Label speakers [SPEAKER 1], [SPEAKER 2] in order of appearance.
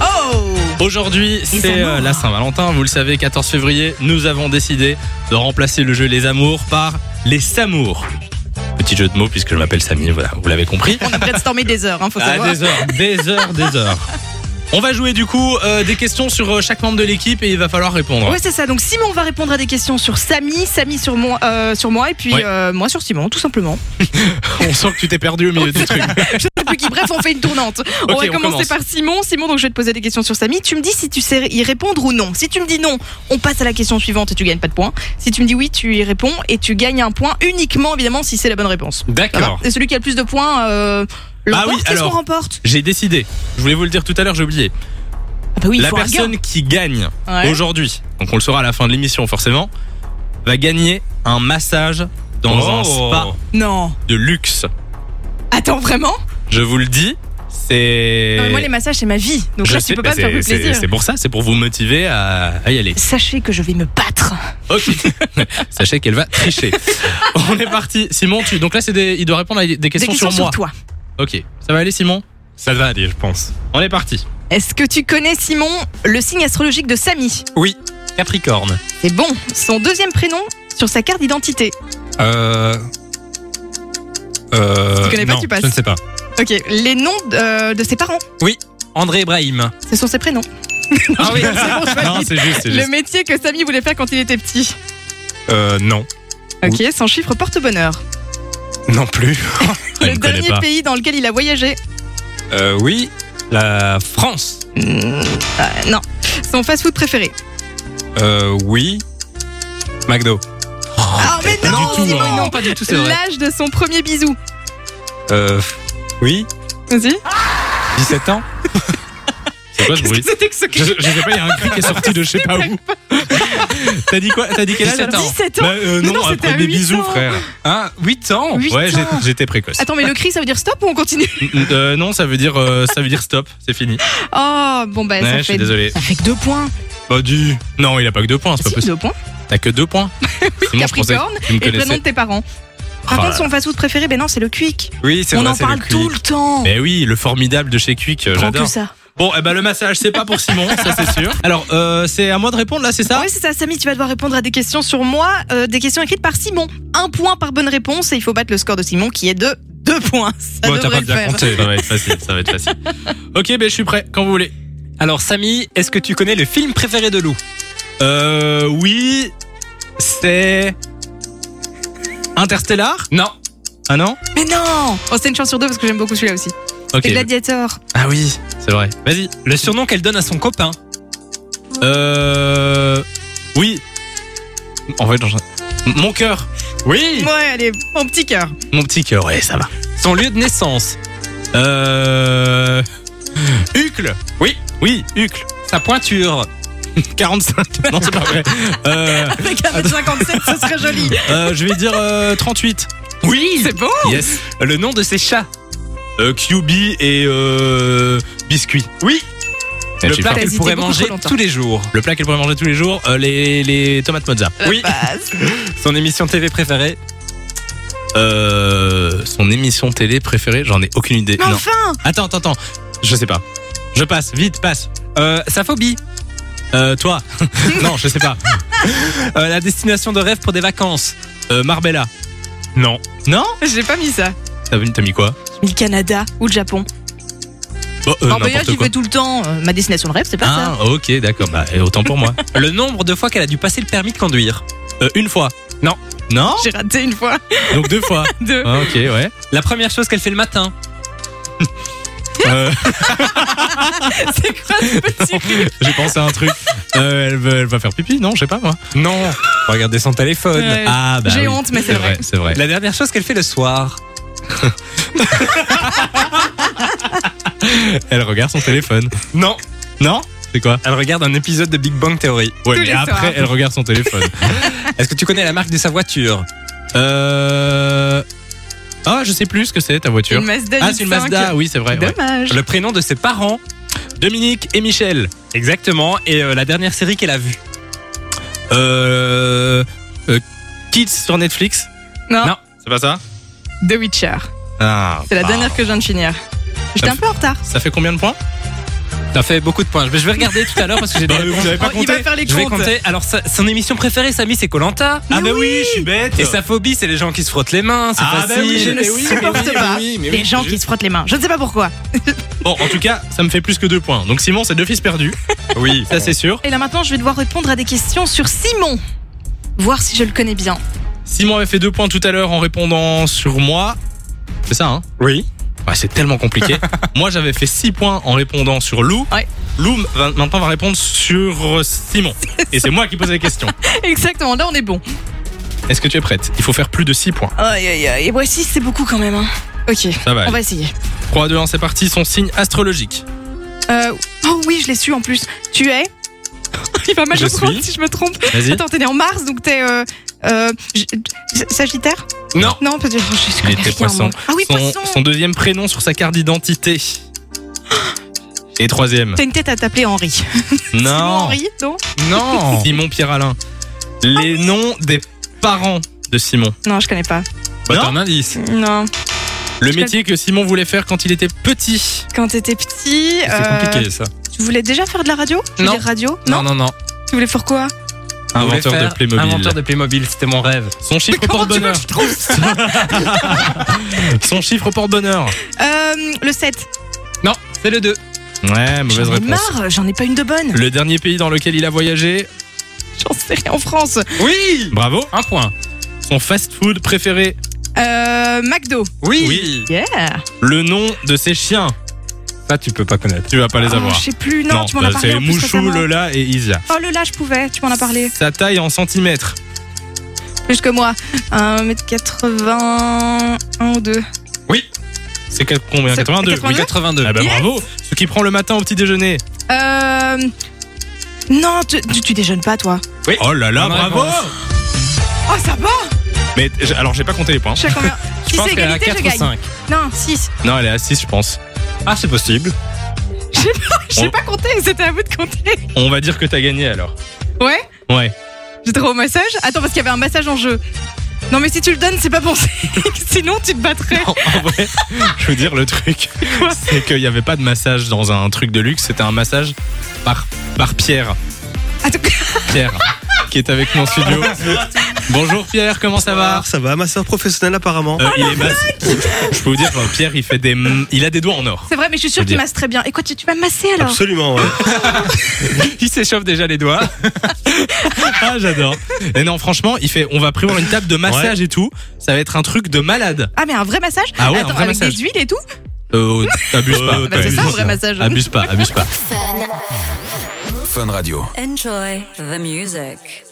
[SPEAKER 1] Oh
[SPEAKER 2] Aujourd'hui, c'est euh, la Saint-Valentin. Vous le savez, 14 février, nous avons décidé de remplacer le jeu Les Amours par Les Samours. Petit jeu de mots puisque je m'appelle Samy, voilà, vous l'avez compris.
[SPEAKER 1] On a brainstormé des heures, hein, faut
[SPEAKER 2] Ah,
[SPEAKER 1] savoir.
[SPEAKER 2] des heures, des heures, des heures. On va jouer du coup euh, des questions sur euh, chaque membre de l'équipe et il va falloir répondre.
[SPEAKER 1] Ouais, c'est ça. Donc Simon va répondre à des questions sur Samy, Samy sur moi, euh, sur moi et puis
[SPEAKER 2] Ouais.
[SPEAKER 1] euh, moi sur Simon, tout simplement.
[SPEAKER 2] On sent que tu t'es perdu au milieu du truc.
[SPEAKER 1] Et puis qui- bref, on fait une tournante. on va
[SPEAKER 2] Ok, on
[SPEAKER 1] commencer
[SPEAKER 2] commence.
[SPEAKER 1] par Simon. Simon, donc je vais te poser des questions sur Samy. Tu me dis si tu sais y répondre ou non. Si tu me dis non, on passe à la question suivante et tu gagnes pas de points. Si tu me dis oui, tu y réponds et tu gagnes un point uniquement évidemment si c'est la bonne réponse. Ça va
[SPEAKER 2] D'accord.
[SPEAKER 1] Et celui qui a le plus de points euh,
[SPEAKER 2] Ah
[SPEAKER 1] l'emporte.
[SPEAKER 2] oui,
[SPEAKER 1] Qu'est-ce
[SPEAKER 2] alors.
[SPEAKER 1] qu'on remporte
[SPEAKER 2] J'ai décidé. Je voulais vous le dire tout à l'heure, j'ai oublié.
[SPEAKER 1] Ah bah oui, il
[SPEAKER 2] la
[SPEAKER 1] faut un gain.
[SPEAKER 2] personne qui gagne
[SPEAKER 1] Ouais.
[SPEAKER 2] aujourd'hui, donc on le saura à la fin de l'émission forcément, va gagner un massage dans un
[SPEAKER 1] Oh.
[SPEAKER 2] spa
[SPEAKER 1] Non.
[SPEAKER 2] de luxe.
[SPEAKER 1] Attends vraiment
[SPEAKER 2] Je vous le dis, c'est.
[SPEAKER 1] Non, mais moi les massages c'est ma vie. Donc
[SPEAKER 2] Je
[SPEAKER 1] là
[SPEAKER 2] sais,
[SPEAKER 1] tu peux
[SPEAKER 2] bah,
[SPEAKER 1] pas me faire
[SPEAKER 2] c'est-
[SPEAKER 1] plus
[SPEAKER 2] c'est-
[SPEAKER 1] plaisir.
[SPEAKER 2] C'est pour ça, c'est pour vous motiver à, à y aller.
[SPEAKER 1] Sachez que je vais me battre.
[SPEAKER 2] Ok. Sachez qu'elle va tricher. on est parti. Simon, tu. Donc là, c'est des- il doit répondre à des questions,
[SPEAKER 1] Des questions
[SPEAKER 2] sur
[SPEAKER 1] sur
[SPEAKER 2] moi.
[SPEAKER 1] toi.
[SPEAKER 2] ok. Ça va aller, Simon
[SPEAKER 3] Ça va aller, je pense.
[SPEAKER 2] On est parti.
[SPEAKER 1] Est-ce que tu connais Simon, le signe astrologique de Samy
[SPEAKER 3] Oui.
[SPEAKER 2] Capricorne.
[SPEAKER 1] C'est bon. Son deuxième prénom sur sa carte d'identité.
[SPEAKER 3] Euh. Euh.
[SPEAKER 1] Si tu connais pas,
[SPEAKER 3] non,
[SPEAKER 1] tu passes.
[SPEAKER 3] Je ne sais pas.
[SPEAKER 1] Ok. Les noms euh, de ses parents.
[SPEAKER 3] André Ibrahim.
[SPEAKER 1] Ce sont ses prénoms.
[SPEAKER 3] Ah oui.
[SPEAKER 1] C'est bon, je
[SPEAKER 3] non,
[SPEAKER 1] valide.
[SPEAKER 3] c'est juste, c'est
[SPEAKER 1] le
[SPEAKER 3] juste.
[SPEAKER 1] métier que Samy voulait faire quand il était petit.
[SPEAKER 3] Euh, non.
[SPEAKER 1] Ok, son chiffre porte-bonheur.
[SPEAKER 3] Ah, Non plus.
[SPEAKER 2] Elle
[SPEAKER 1] le
[SPEAKER 2] me connaît
[SPEAKER 1] dernier
[SPEAKER 2] pas.
[SPEAKER 1] pays dans lequel il a voyagé.
[SPEAKER 3] Euh, oui. La France.
[SPEAKER 1] Hmm, euh, non. Son fast-food préféré.
[SPEAKER 3] Euh, oui. McDo.
[SPEAKER 1] Ah mais
[SPEAKER 3] pas
[SPEAKER 1] non,
[SPEAKER 3] du tout,
[SPEAKER 1] Simon
[SPEAKER 3] hein.
[SPEAKER 2] Non, pas du tout, c'est vrai.
[SPEAKER 1] L'âge de son premier bisou.
[SPEAKER 3] Euh. Oui.
[SPEAKER 1] Vas-y.
[SPEAKER 3] 17 ans.
[SPEAKER 2] C'est quoi
[SPEAKER 1] Qu'est-ce
[SPEAKER 2] ce
[SPEAKER 1] que
[SPEAKER 2] bruit
[SPEAKER 1] c'était que ce
[SPEAKER 3] Je, je sais pas, il y a un cri qui est sorti de je sais pas où.
[SPEAKER 2] T'as dit quoi T'as dit quel âge
[SPEAKER 3] 17
[SPEAKER 2] Attends.
[SPEAKER 1] 17 ans
[SPEAKER 3] Bah, euh,
[SPEAKER 1] Mais
[SPEAKER 3] non,
[SPEAKER 1] non, c'était
[SPEAKER 3] après
[SPEAKER 1] à
[SPEAKER 3] des
[SPEAKER 1] huit
[SPEAKER 3] bisous,
[SPEAKER 1] ans.
[SPEAKER 3] frère. Hein 8 ans
[SPEAKER 1] Huit
[SPEAKER 3] Ouais,
[SPEAKER 1] ans.
[SPEAKER 3] j'ai- j'étais précoce.
[SPEAKER 1] Attends, mais le cri, ça veut dire stop ou on continue
[SPEAKER 2] Euh, non, ça veut dire euh, ça veut dire stop, c'est fini.
[SPEAKER 1] Oh, bon, bah,
[SPEAKER 2] Ouais,
[SPEAKER 1] ça,
[SPEAKER 2] je suis
[SPEAKER 1] fait,
[SPEAKER 2] désolé.
[SPEAKER 1] ça fait que deux points.
[SPEAKER 2] Bah du. Non, il a pas que deux points, c'est pas
[SPEAKER 1] Si,
[SPEAKER 2] possible.
[SPEAKER 1] deux points.
[SPEAKER 2] T'as que deux points. Sinon, je pensais
[SPEAKER 1] Capricorne
[SPEAKER 2] que tu me
[SPEAKER 1] et le prénom
[SPEAKER 2] connaissais.
[SPEAKER 1] de tes parents. Par
[SPEAKER 2] Oh
[SPEAKER 1] contre,
[SPEAKER 2] là
[SPEAKER 1] son fast-food préféré, ben non, c'est le Quick.
[SPEAKER 3] Oui, c'est
[SPEAKER 1] On
[SPEAKER 3] vrai,
[SPEAKER 1] en
[SPEAKER 3] c'est le
[SPEAKER 1] parle
[SPEAKER 3] cri.
[SPEAKER 1] tout le temps.
[SPEAKER 2] Mais oui, le formidable de chez Quick, euh,
[SPEAKER 1] Prends que
[SPEAKER 2] j'adore.
[SPEAKER 1] ça.
[SPEAKER 2] Bon, eh ben le massage, c'est pas pour Simon, ça c'est sûr. Alors, euh, c'est à moi de répondre là, c'est ça
[SPEAKER 1] Oui, c'est ça, Samy, tu vas devoir répondre à des questions sur moi, euh, des questions écrites par Simon. Un point par bonne réponse et il faut battre le score de Simon qui est de deux points. Ça
[SPEAKER 3] Bon, t'as
[SPEAKER 1] devrait
[SPEAKER 3] pas
[SPEAKER 1] le
[SPEAKER 3] bien
[SPEAKER 1] faire.
[SPEAKER 3] compté.
[SPEAKER 2] Ça va être facile, ça va être facile. ok, ben je suis prêt, quand vous voulez.
[SPEAKER 4] Alors Samy, est-ce que tu connais le film préféré de Lou
[SPEAKER 2] Euh, oui, c'est Interstellar
[SPEAKER 3] Non.
[SPEAKER 2] Ah non
[SPEAKER 1] Mais non Oh, c'est une chance sur deux parce que j'aime beaucoup celui-là aussi.
[SPEAKER 2] Ok.
[SPEAKER 1] Et Gladiator.
[SPEAKER 2] Ah oui, c'est vrai. Vas-y.
[SPEAKER 4] Le surnom qu'elle donne à son copain
[SPEAKER 2] Euh, oui. En fait, j'en- mon cœur,
[SPEAKER 4] Oui
[SPEAKER 1] Ouais, allez, mon petit cœur.
[SPEAKER 2] mon petit cœur, ouais, ça va.
[SPEAKER 4] Son lieu de naissance
[SPEAKER 2] Euh, Hucle. Oui, oui, Hucle.
[SPEAKER 4] Sa pointure
[SPEAKER 2] 45. Non, c'est pas vrai. Euh,
[SPEAKER 1] Avec un mètre 57, ce serait joli.
[SPEAKER 2] euh, je vais dire euh, 38.
[SPEAKER 4] Oui
[SPEAKER 1] C'est bon
[SPEAKER 2] Yes.
[SPEAKER 4] Le nom de ses chats
[SPEAKER 2] Euh, QB et euh, biscuit.
[SPEAKER 4] Oui
[SPEAKER 3] Eh,
[SPEAKER 4] Le
[SPEAKER 2] j'ai
[SPEAKER 4] plat
[SPEAKER 1] T'as
[SPEAKER 2] faim.
[SPEAKER 4] qu'elle
[SPEAKER 1] hésité
[SPEAKER 4] pourrait
[SPEAKER 1] beaucoup
[SPEAKER 4] manger
[SPEAKER 1] trop longtemps.
[SPEAKER 4] tous les jours
[SPEAKER 2] Le plat qu'elle pourrait manger tous les jours, euh, les, les tomates mozza.
[SPEAKER 4] Oui
[SPEAKER 1] Base.
[SPEAKER 4] Son émission TV préférée
[SPEAKER 2] Euh, son émission télé préférée, j'en ai aucune idée.
[SPEAKER 1] Mais
[SPEAKER 2] Non.
[SPEAKER 1] enfin
[SPEAKER 2] Attends, attends, attends. Je sais pas. Je passe, vite, passe.
[SPEAKER 4] Euh, Sa phobie
[SPEAKER 2] Euh, toi. non, je sais pas.
[SPEAKER 4] Euh, La destination de rêve pour des vacances
[SPEAKER 2] Euh, Marbella.
[SPEAKER 3] Non.
[SPEAKER 2] Non
[SPEAKER 1] J'ai pas mis ça.
[SPEAKER 2] T'as vu- t'as mis quoi
[SPEAKER 1] J'ai mis le Canada ou le Japon.
[SPEAKER 2] Bon, euh,
[SPEAKER 1] en voyage,
[SPEAKER 2] n'importe
[SPEAKER 1] j'y
[SPEAKER 2] quoi.
[SPEAKER 1] vais tout le temps. Euh, ma destination de rêve, c'est pas ça.
[SPEAKER 2] Ah, ok, d'accord. Bah, et autant pour moi.
[SPEAKER 4] Le nombre de fois qu'elle a dû passer le permis de conduire
[SPEAKER 2] Euh, une fois.
[SPEAKER 4] Non.
[SPEAKER 2] Non
[SPEAKER 1] J'ai raté une fois.
[SPEAKER 2] Donc deux fois.
[SPEAKER 1] Deux.
[SPEAKER 2] Ah, ok, ouais.
[SPEAKER 4] La première chose qu'elle fait le matin
[SPEAKER 2] Euh,
[SPEAKER 1] C'est quoi ce petit rire
[SPEAKER 2] J'ai pensé à un truc. Euh, elle, veut- elle va faire pipi, non Je sais pas moi.
[SPEAKER 3] Non.
[SPEAKER 4] Regarder son téléphone
[SPEAKER 1] Ouais.
[SPEAKER 2] Ah, bah.
[SPEAKER 1] Euh, J'ai
[SPEAKER 2] oui.
[SPEAKER 1] honte, mais c'est vrai.
[SPEAKER 2] C'est vrai.
[SPEAKER 4] La dernière chose qu'elle fait le soir
[SPEAKER 2] Elle regarde son téléphone.
[SPEAKER 3] Non.
[SPEAKER 2] Non C'est quoi
[SPEAKER 4] Elle regarde un épisode de Big Bang Theory
[SPEAKER 2] Ouais,
[SPEAKER 1] Tous
[SPEAKER 2] mais
[SPEAKER 1] les
[SPEAKER 2] après,
[SPEAKER 1] soirs.
[SPEAKER 2] elle regarde son téléphone.
[SPEAKER 4] Est-ce que tu connais la marque de sa voiture
[SPEAKER 2] euh. Ah, je sais plus ce que c'est ta voiture.
[SPEAKER 1] Une Mazda.
[SPEAKER 2] Ah, c'est une Mazda, oui, c'est vrai. ouais.
[SPEAKER 1] Dommage.
[SPEAKER 4] Le prénom de ses parents
[SPEAKER 2] Dominique et Michel.
[SPEAKER 4] Exactement Et euh, la dernière série qu'elle a vue
[SPEAKER 2] Euh. euh, Kids sur Netflix.
[SPEAKER 1] Non.
[SPEAKER 4] Non.
[SPEAKER 2] C'est pas ça
[SPEAKER 1] The Witcher.
[SPEAKER 2] Ah.
[SPEAKER 1] C'est la
[SPEAKER 2] bah,
[SPEAKER 1] dernière que je viens de finir. J'étais un peu en retard.
[SPEAKER 2] Ça fait combien de points
[SPEAKER 4] T'as fait beaucoup de points. Je vais- je vais regarder tout à l'heure parce que j'ai des
[SPEAKER 3] Bah, vous
[SPEAKER 4] réponses.
[SPEAKER 3] avez pas
[SPEAKER 1] Oh, il va
[SPEAKER 3] compté
[SPEAKER 1] faire les
[SPEAKER 4] Je vais
[SPEAKER 1] comptes.
[SPEAKER 4] compter. Alors, sa- son émission préférée, Samy, c'est Colanta.
[SPEAKER 3] Ah, bah oui, je suis bête.
[SPEAKER 4] Et sa phobie, c'est les gens qui se frottent les mains. C'est
[SPEAKER 3] Ah, bah
[SPEAKER 4] facile.
[SPEAKER 3] oui,
[SPEAKER 1] Je ne
[SPEAKER 3] Mais oui, mais
[SPEAKER 1] supporte
[SPEAKER 3] oui,
[SPEAKER 1] pas
[SPEAKER 3] mais oui, mais
[SPEAKER 1] les
[SPEAKER 3] oui,
[SPEAKER 1] gens
[SPEAKER 3] je-
[SPEAKER 1] qui se frottent les mains. Je ne sais pas pourquoi.
[SPEAKER 2] Bon, en tout cas, ça me fait plus que deux points. Donc Simon, c'est deux fils perdus.
[SPEAKER 4] Oui.
[SPEAKER 2] Ça, c'est sûr.
[SPEAKER 1] Et là maintenant, je vais devoir répondre à des questions sur Simon. Voir si je le connais bien.
[SPEAKER 2] Simon avait fait deux points tout à l'heure en répondant sur moi. C'est ça, hein
[SPEAKER 4] Oui.
[SPEAKER 2] Ouais, c'est tellement compliqué. moi, j'avais fait six points en répondant sur Lou.
[SPEAKER 1] Ouais.
[SPEAKER 2] Lou va- maintenant va répondre sur euh, Simon. Et c'est moi qui pose les questions.
[SPEAKER 1] Exactement, là on est bon.
[SPEAKER 2] Est-ce que tu es prête Il faut faire plus de six points.
[SPEAKER 1] Aïe aïe aïe. Et voici, c'est beaucoup quand même. hein. Ok,
[SPEAKER 2] Ça va.
[SPEAKER 1] on
[SPEAKER 2] aller.
[SPEAKER 1] va essayer.
[SPEAKER 2] 3, 2, 1, c'est parti. Son signe astrologique.
[SPEAKER 1] Euh, oh oui, je l'ai su en plus. Tu es. Il va mal
[SPEAKER 4] Je
[SPEAKER 1] me prendre
[SPEAKER 4] suis.
[SPEAKER 1] si je me trompe.
[SPEAKER 2] Vas-y.
[SPEAKER 1] Attends, t'es né en mars, donc t'es. Euh, euh, j- j- sagittaire
[SPEAKER 4] Non.
[SPEAKER 1] Non, parce que oh, je- je
[SPEAKER 2] Mais
[SPEAKER 1] connais
[SPEAKER 2] t'es
[SPEAKER 1] rien,
[SPEAKER 2] poisson.
[SPEAKER 1] moi. Ah oui,
[SPEAKER 2] Son,
[SPEAKER 1] poisson
[SPEAKER 2] son deuxième prénom sur sa carte d'identité. Et troisième.
[SPEAKER 1] T'as une tête à t'appeler Henri. Simon
[SPEAKER 2] Non.
[SPEAKER 1] Henri, non
[SPEAKER 4] Non.
[SPEAKER 2] Simon Pierre Alain.
[SPEAKER 1] Ah
[SPEAKER 2] Les noms des parents de Simon.
[SPEAKER 1] Non, je connais pas.
[SPEAKER 4] Bah,
[SPEAKER 2] Non.
[SPEAKER 4] t'as un indice.
[SPEAKER 1] Non.
[SPEAKER 2] Le
[SPEAKER 1] Je
[SPEAKER 2] métier que Simon voulait faire quand il était petit.
[SPEAKER 1] Quand t'étais petit.
[SPEAKER 4] C'est
[SPEAKER 1] euh,
[SPEAKER 4] compliqué, ça.
[SPEAKER 1] Tu voulais déjà faire de la radio Tu
[SPEAKER 4] Non.
[SPEAKER 1] voulais radio
[SPEAKER 4] Non, non, non.
[SPEAKER 1] Tu voulais faire quoi
[SPEAKER 4] Je voulais
[SPEAKER 2] Inventeur de
[SPEAKER 4] faire
[SPEAKER 2] Playmobil.
[SPEAKER 4] Inventeur de Playmobil, c'était mon rêve.
[SPEAKER 2] Son chiffre
[SPEAKER 1] comment tu veux
[SPEAKER 2] porte-bonheur.
[SPEAKER 1] que je trouve ça
[SPEAKER 2] Son chiffre porte-bonheur.
[SPEAKER 1] Euh, Le 7.
[SPEAKER 4] Non, c'est le 2.
[SPEAKER 2] Ouais, mauvaise
[SPEAKER 1] J'en ai
[SPEAKER 2] réponse.
[SPEAKER 1] marre, j'en ai pas une de bonne.
[SPEAKER 2] Le dernier pays dans lequel il a voyagé.
[SPEAKER 1] J'en sais rien en France.
[SPEAKER 4] Oui
[SPEAKER 2] Bravo.
[SPEAKER 4] Un point.
[SPEAKER 2] Son fast-food préféré.
[SPEAKER 1] Euh, McDo.
[SPEAKER 4] Oui.
[SPEAKER 2] Oui.
[SPEAKER 1] Yeah.
[SPEAKER 2] Le nom de ses chiens.
[SPEAKER 4] Ça, tu peux pas connaître.
[SPEAKER 2] Tu vas pas les
[SPEAKER 1] Oh,
[SPEAKER 2] avoir.
[SPEAKER 1] je sais plus, non, tu m'en as
[SPEAKER 2] bah,
[SPEAKER 1] parlé.
[SPEAKER 2] C'est
[SPEAKER 1] en plus
[SPEAKER 2] Mouchou,
[SPEAKER 1] récemment.
[SPEAKER 2] Lola et Isia.
[SPEAKER 1] Oh, le là, je pouvais, tu m'en as parlé.
[SPEAKER 2] Sa taille en centimètres.
[SPEAKER 1] Plus que moi. 1m81 ou 2.
[SPEAKER 2] C'est quel- combien
[SPEAKER 1] C'est
[SPEAKER 2] 82.
[SPEAKER 1] 82.
[SPEAKER 2] Oui,
[SPEAKER 4] 82.
[SPEAKER 2] Ah bah
[SPEAKER 1] Yes.
[SPEAKER 2] bravo. Ce qui prend le matin au petit déjeuner.
[SPEAKER 1] Euh. Non, tu, tu- tu déjeunes pas, toi.
[SPEAKER 2] Oh là là,
[SPEAKER 1] Ah,
[SPEAKER 4] Bonne
[SPEAKER 2] bravo.
[SPEAKER 4] réponse.
[SPEAKER 1] Oh, ça va
[SPEAKER 2] Mais j'ai- alors j'ai pas compté les points.
[SPEAKER 1] Je sais combien.
[SPEAKER 4] Je
[SPEAKER 1] si
[SPEAKER 4] pense
[SPEAKER 1] c'est
[SPEAKER 4] qu'elle est à
[SPEAKER 1] égalité,
[SPEAKER 4] 4
[SPEAKER 1] je gagne.
[SPEAKER 4] ou 5.
[SPEAKER 1] Non, 6.
[SPEAKER 2] Non, elle est à 6 je pense.
[SPEAKER 4] Ah, c'est possible.
[SPEAKER 1] J'ai
[SPEAKER 2] On-
[SPEAKER 1] pas compté, c'était à vous de compter.
[SPEAKER 2] On va dire que t'as gagné alors.
[SPEAKER 1] Ouais
[SPEAKER 2] Ouais.
[SPEAKER 1] J'étais au massage Attends, parce qu'il y avait un massage en jeu. Non, mais si tu le donnes, c'est pas pensé. Sinon, tu te battrais.
[SPEAKER 2] En, en vrai, je veux dire le truc, c'est qu'il n'y avait pas de massage dans un truc de luxe. C'était un massage par par Pierre.
[SPEAKER 1] Attends,
[SPEAKER 2] Pierre, qui est avec mon studio. Bonjour Pierre, comment ça va
[SPEAKER 5] Ça va, ma soeur professionnelle apparemment.
[SPEAKER 2] Euh, Il est masse- Je peux vous dire, euh, Pierre, il fait des, il a des doigts en or.
[SPEAKER 1] c'est vrai, mais je suis sûre
[SPEAKER 2] Faut
[SPEAKER 1] qu'il
[SPEAKER 2] dire.
[SPEAKER 1] masse très bien. Et quoi, tu, tu vas me masser alors
[SPEAKER 5] Absolument, ouais.
[SPEAKER 4] Il s'échauffe déjà les doigts.
[SPEAKER 2] Ah, j'adore. Et non, franchement, il fait, on va prévoir une table de massage et tout. Ça va être un truc de malade.
[SPEAKER 1] Ah, mais un vrai massage
[SPEAKER 2] Ah ouais, un
[SPEAKER 1] Attends,
[SPEAKER 2] vrai
[SPEAKER 1] avec
[SPEAKER 2] massage.
[SPEAKER 1] des huiles et tout
[SPEAKER 2] Euh, t'abuses pas.
[SPEAKER 5] Euh,
[SPEAKER 1] Bah, C'est ça, un
[SPEAKER 5] Abuse
[SPEAKER 1] vrai massage.
[SPEAKER 2] Abuse pas, abuse pas.
[SPEAKER 6] Fun.
[SPEAKER 7] Fun Radio.
[SPEAKER 6] Enjoy the music.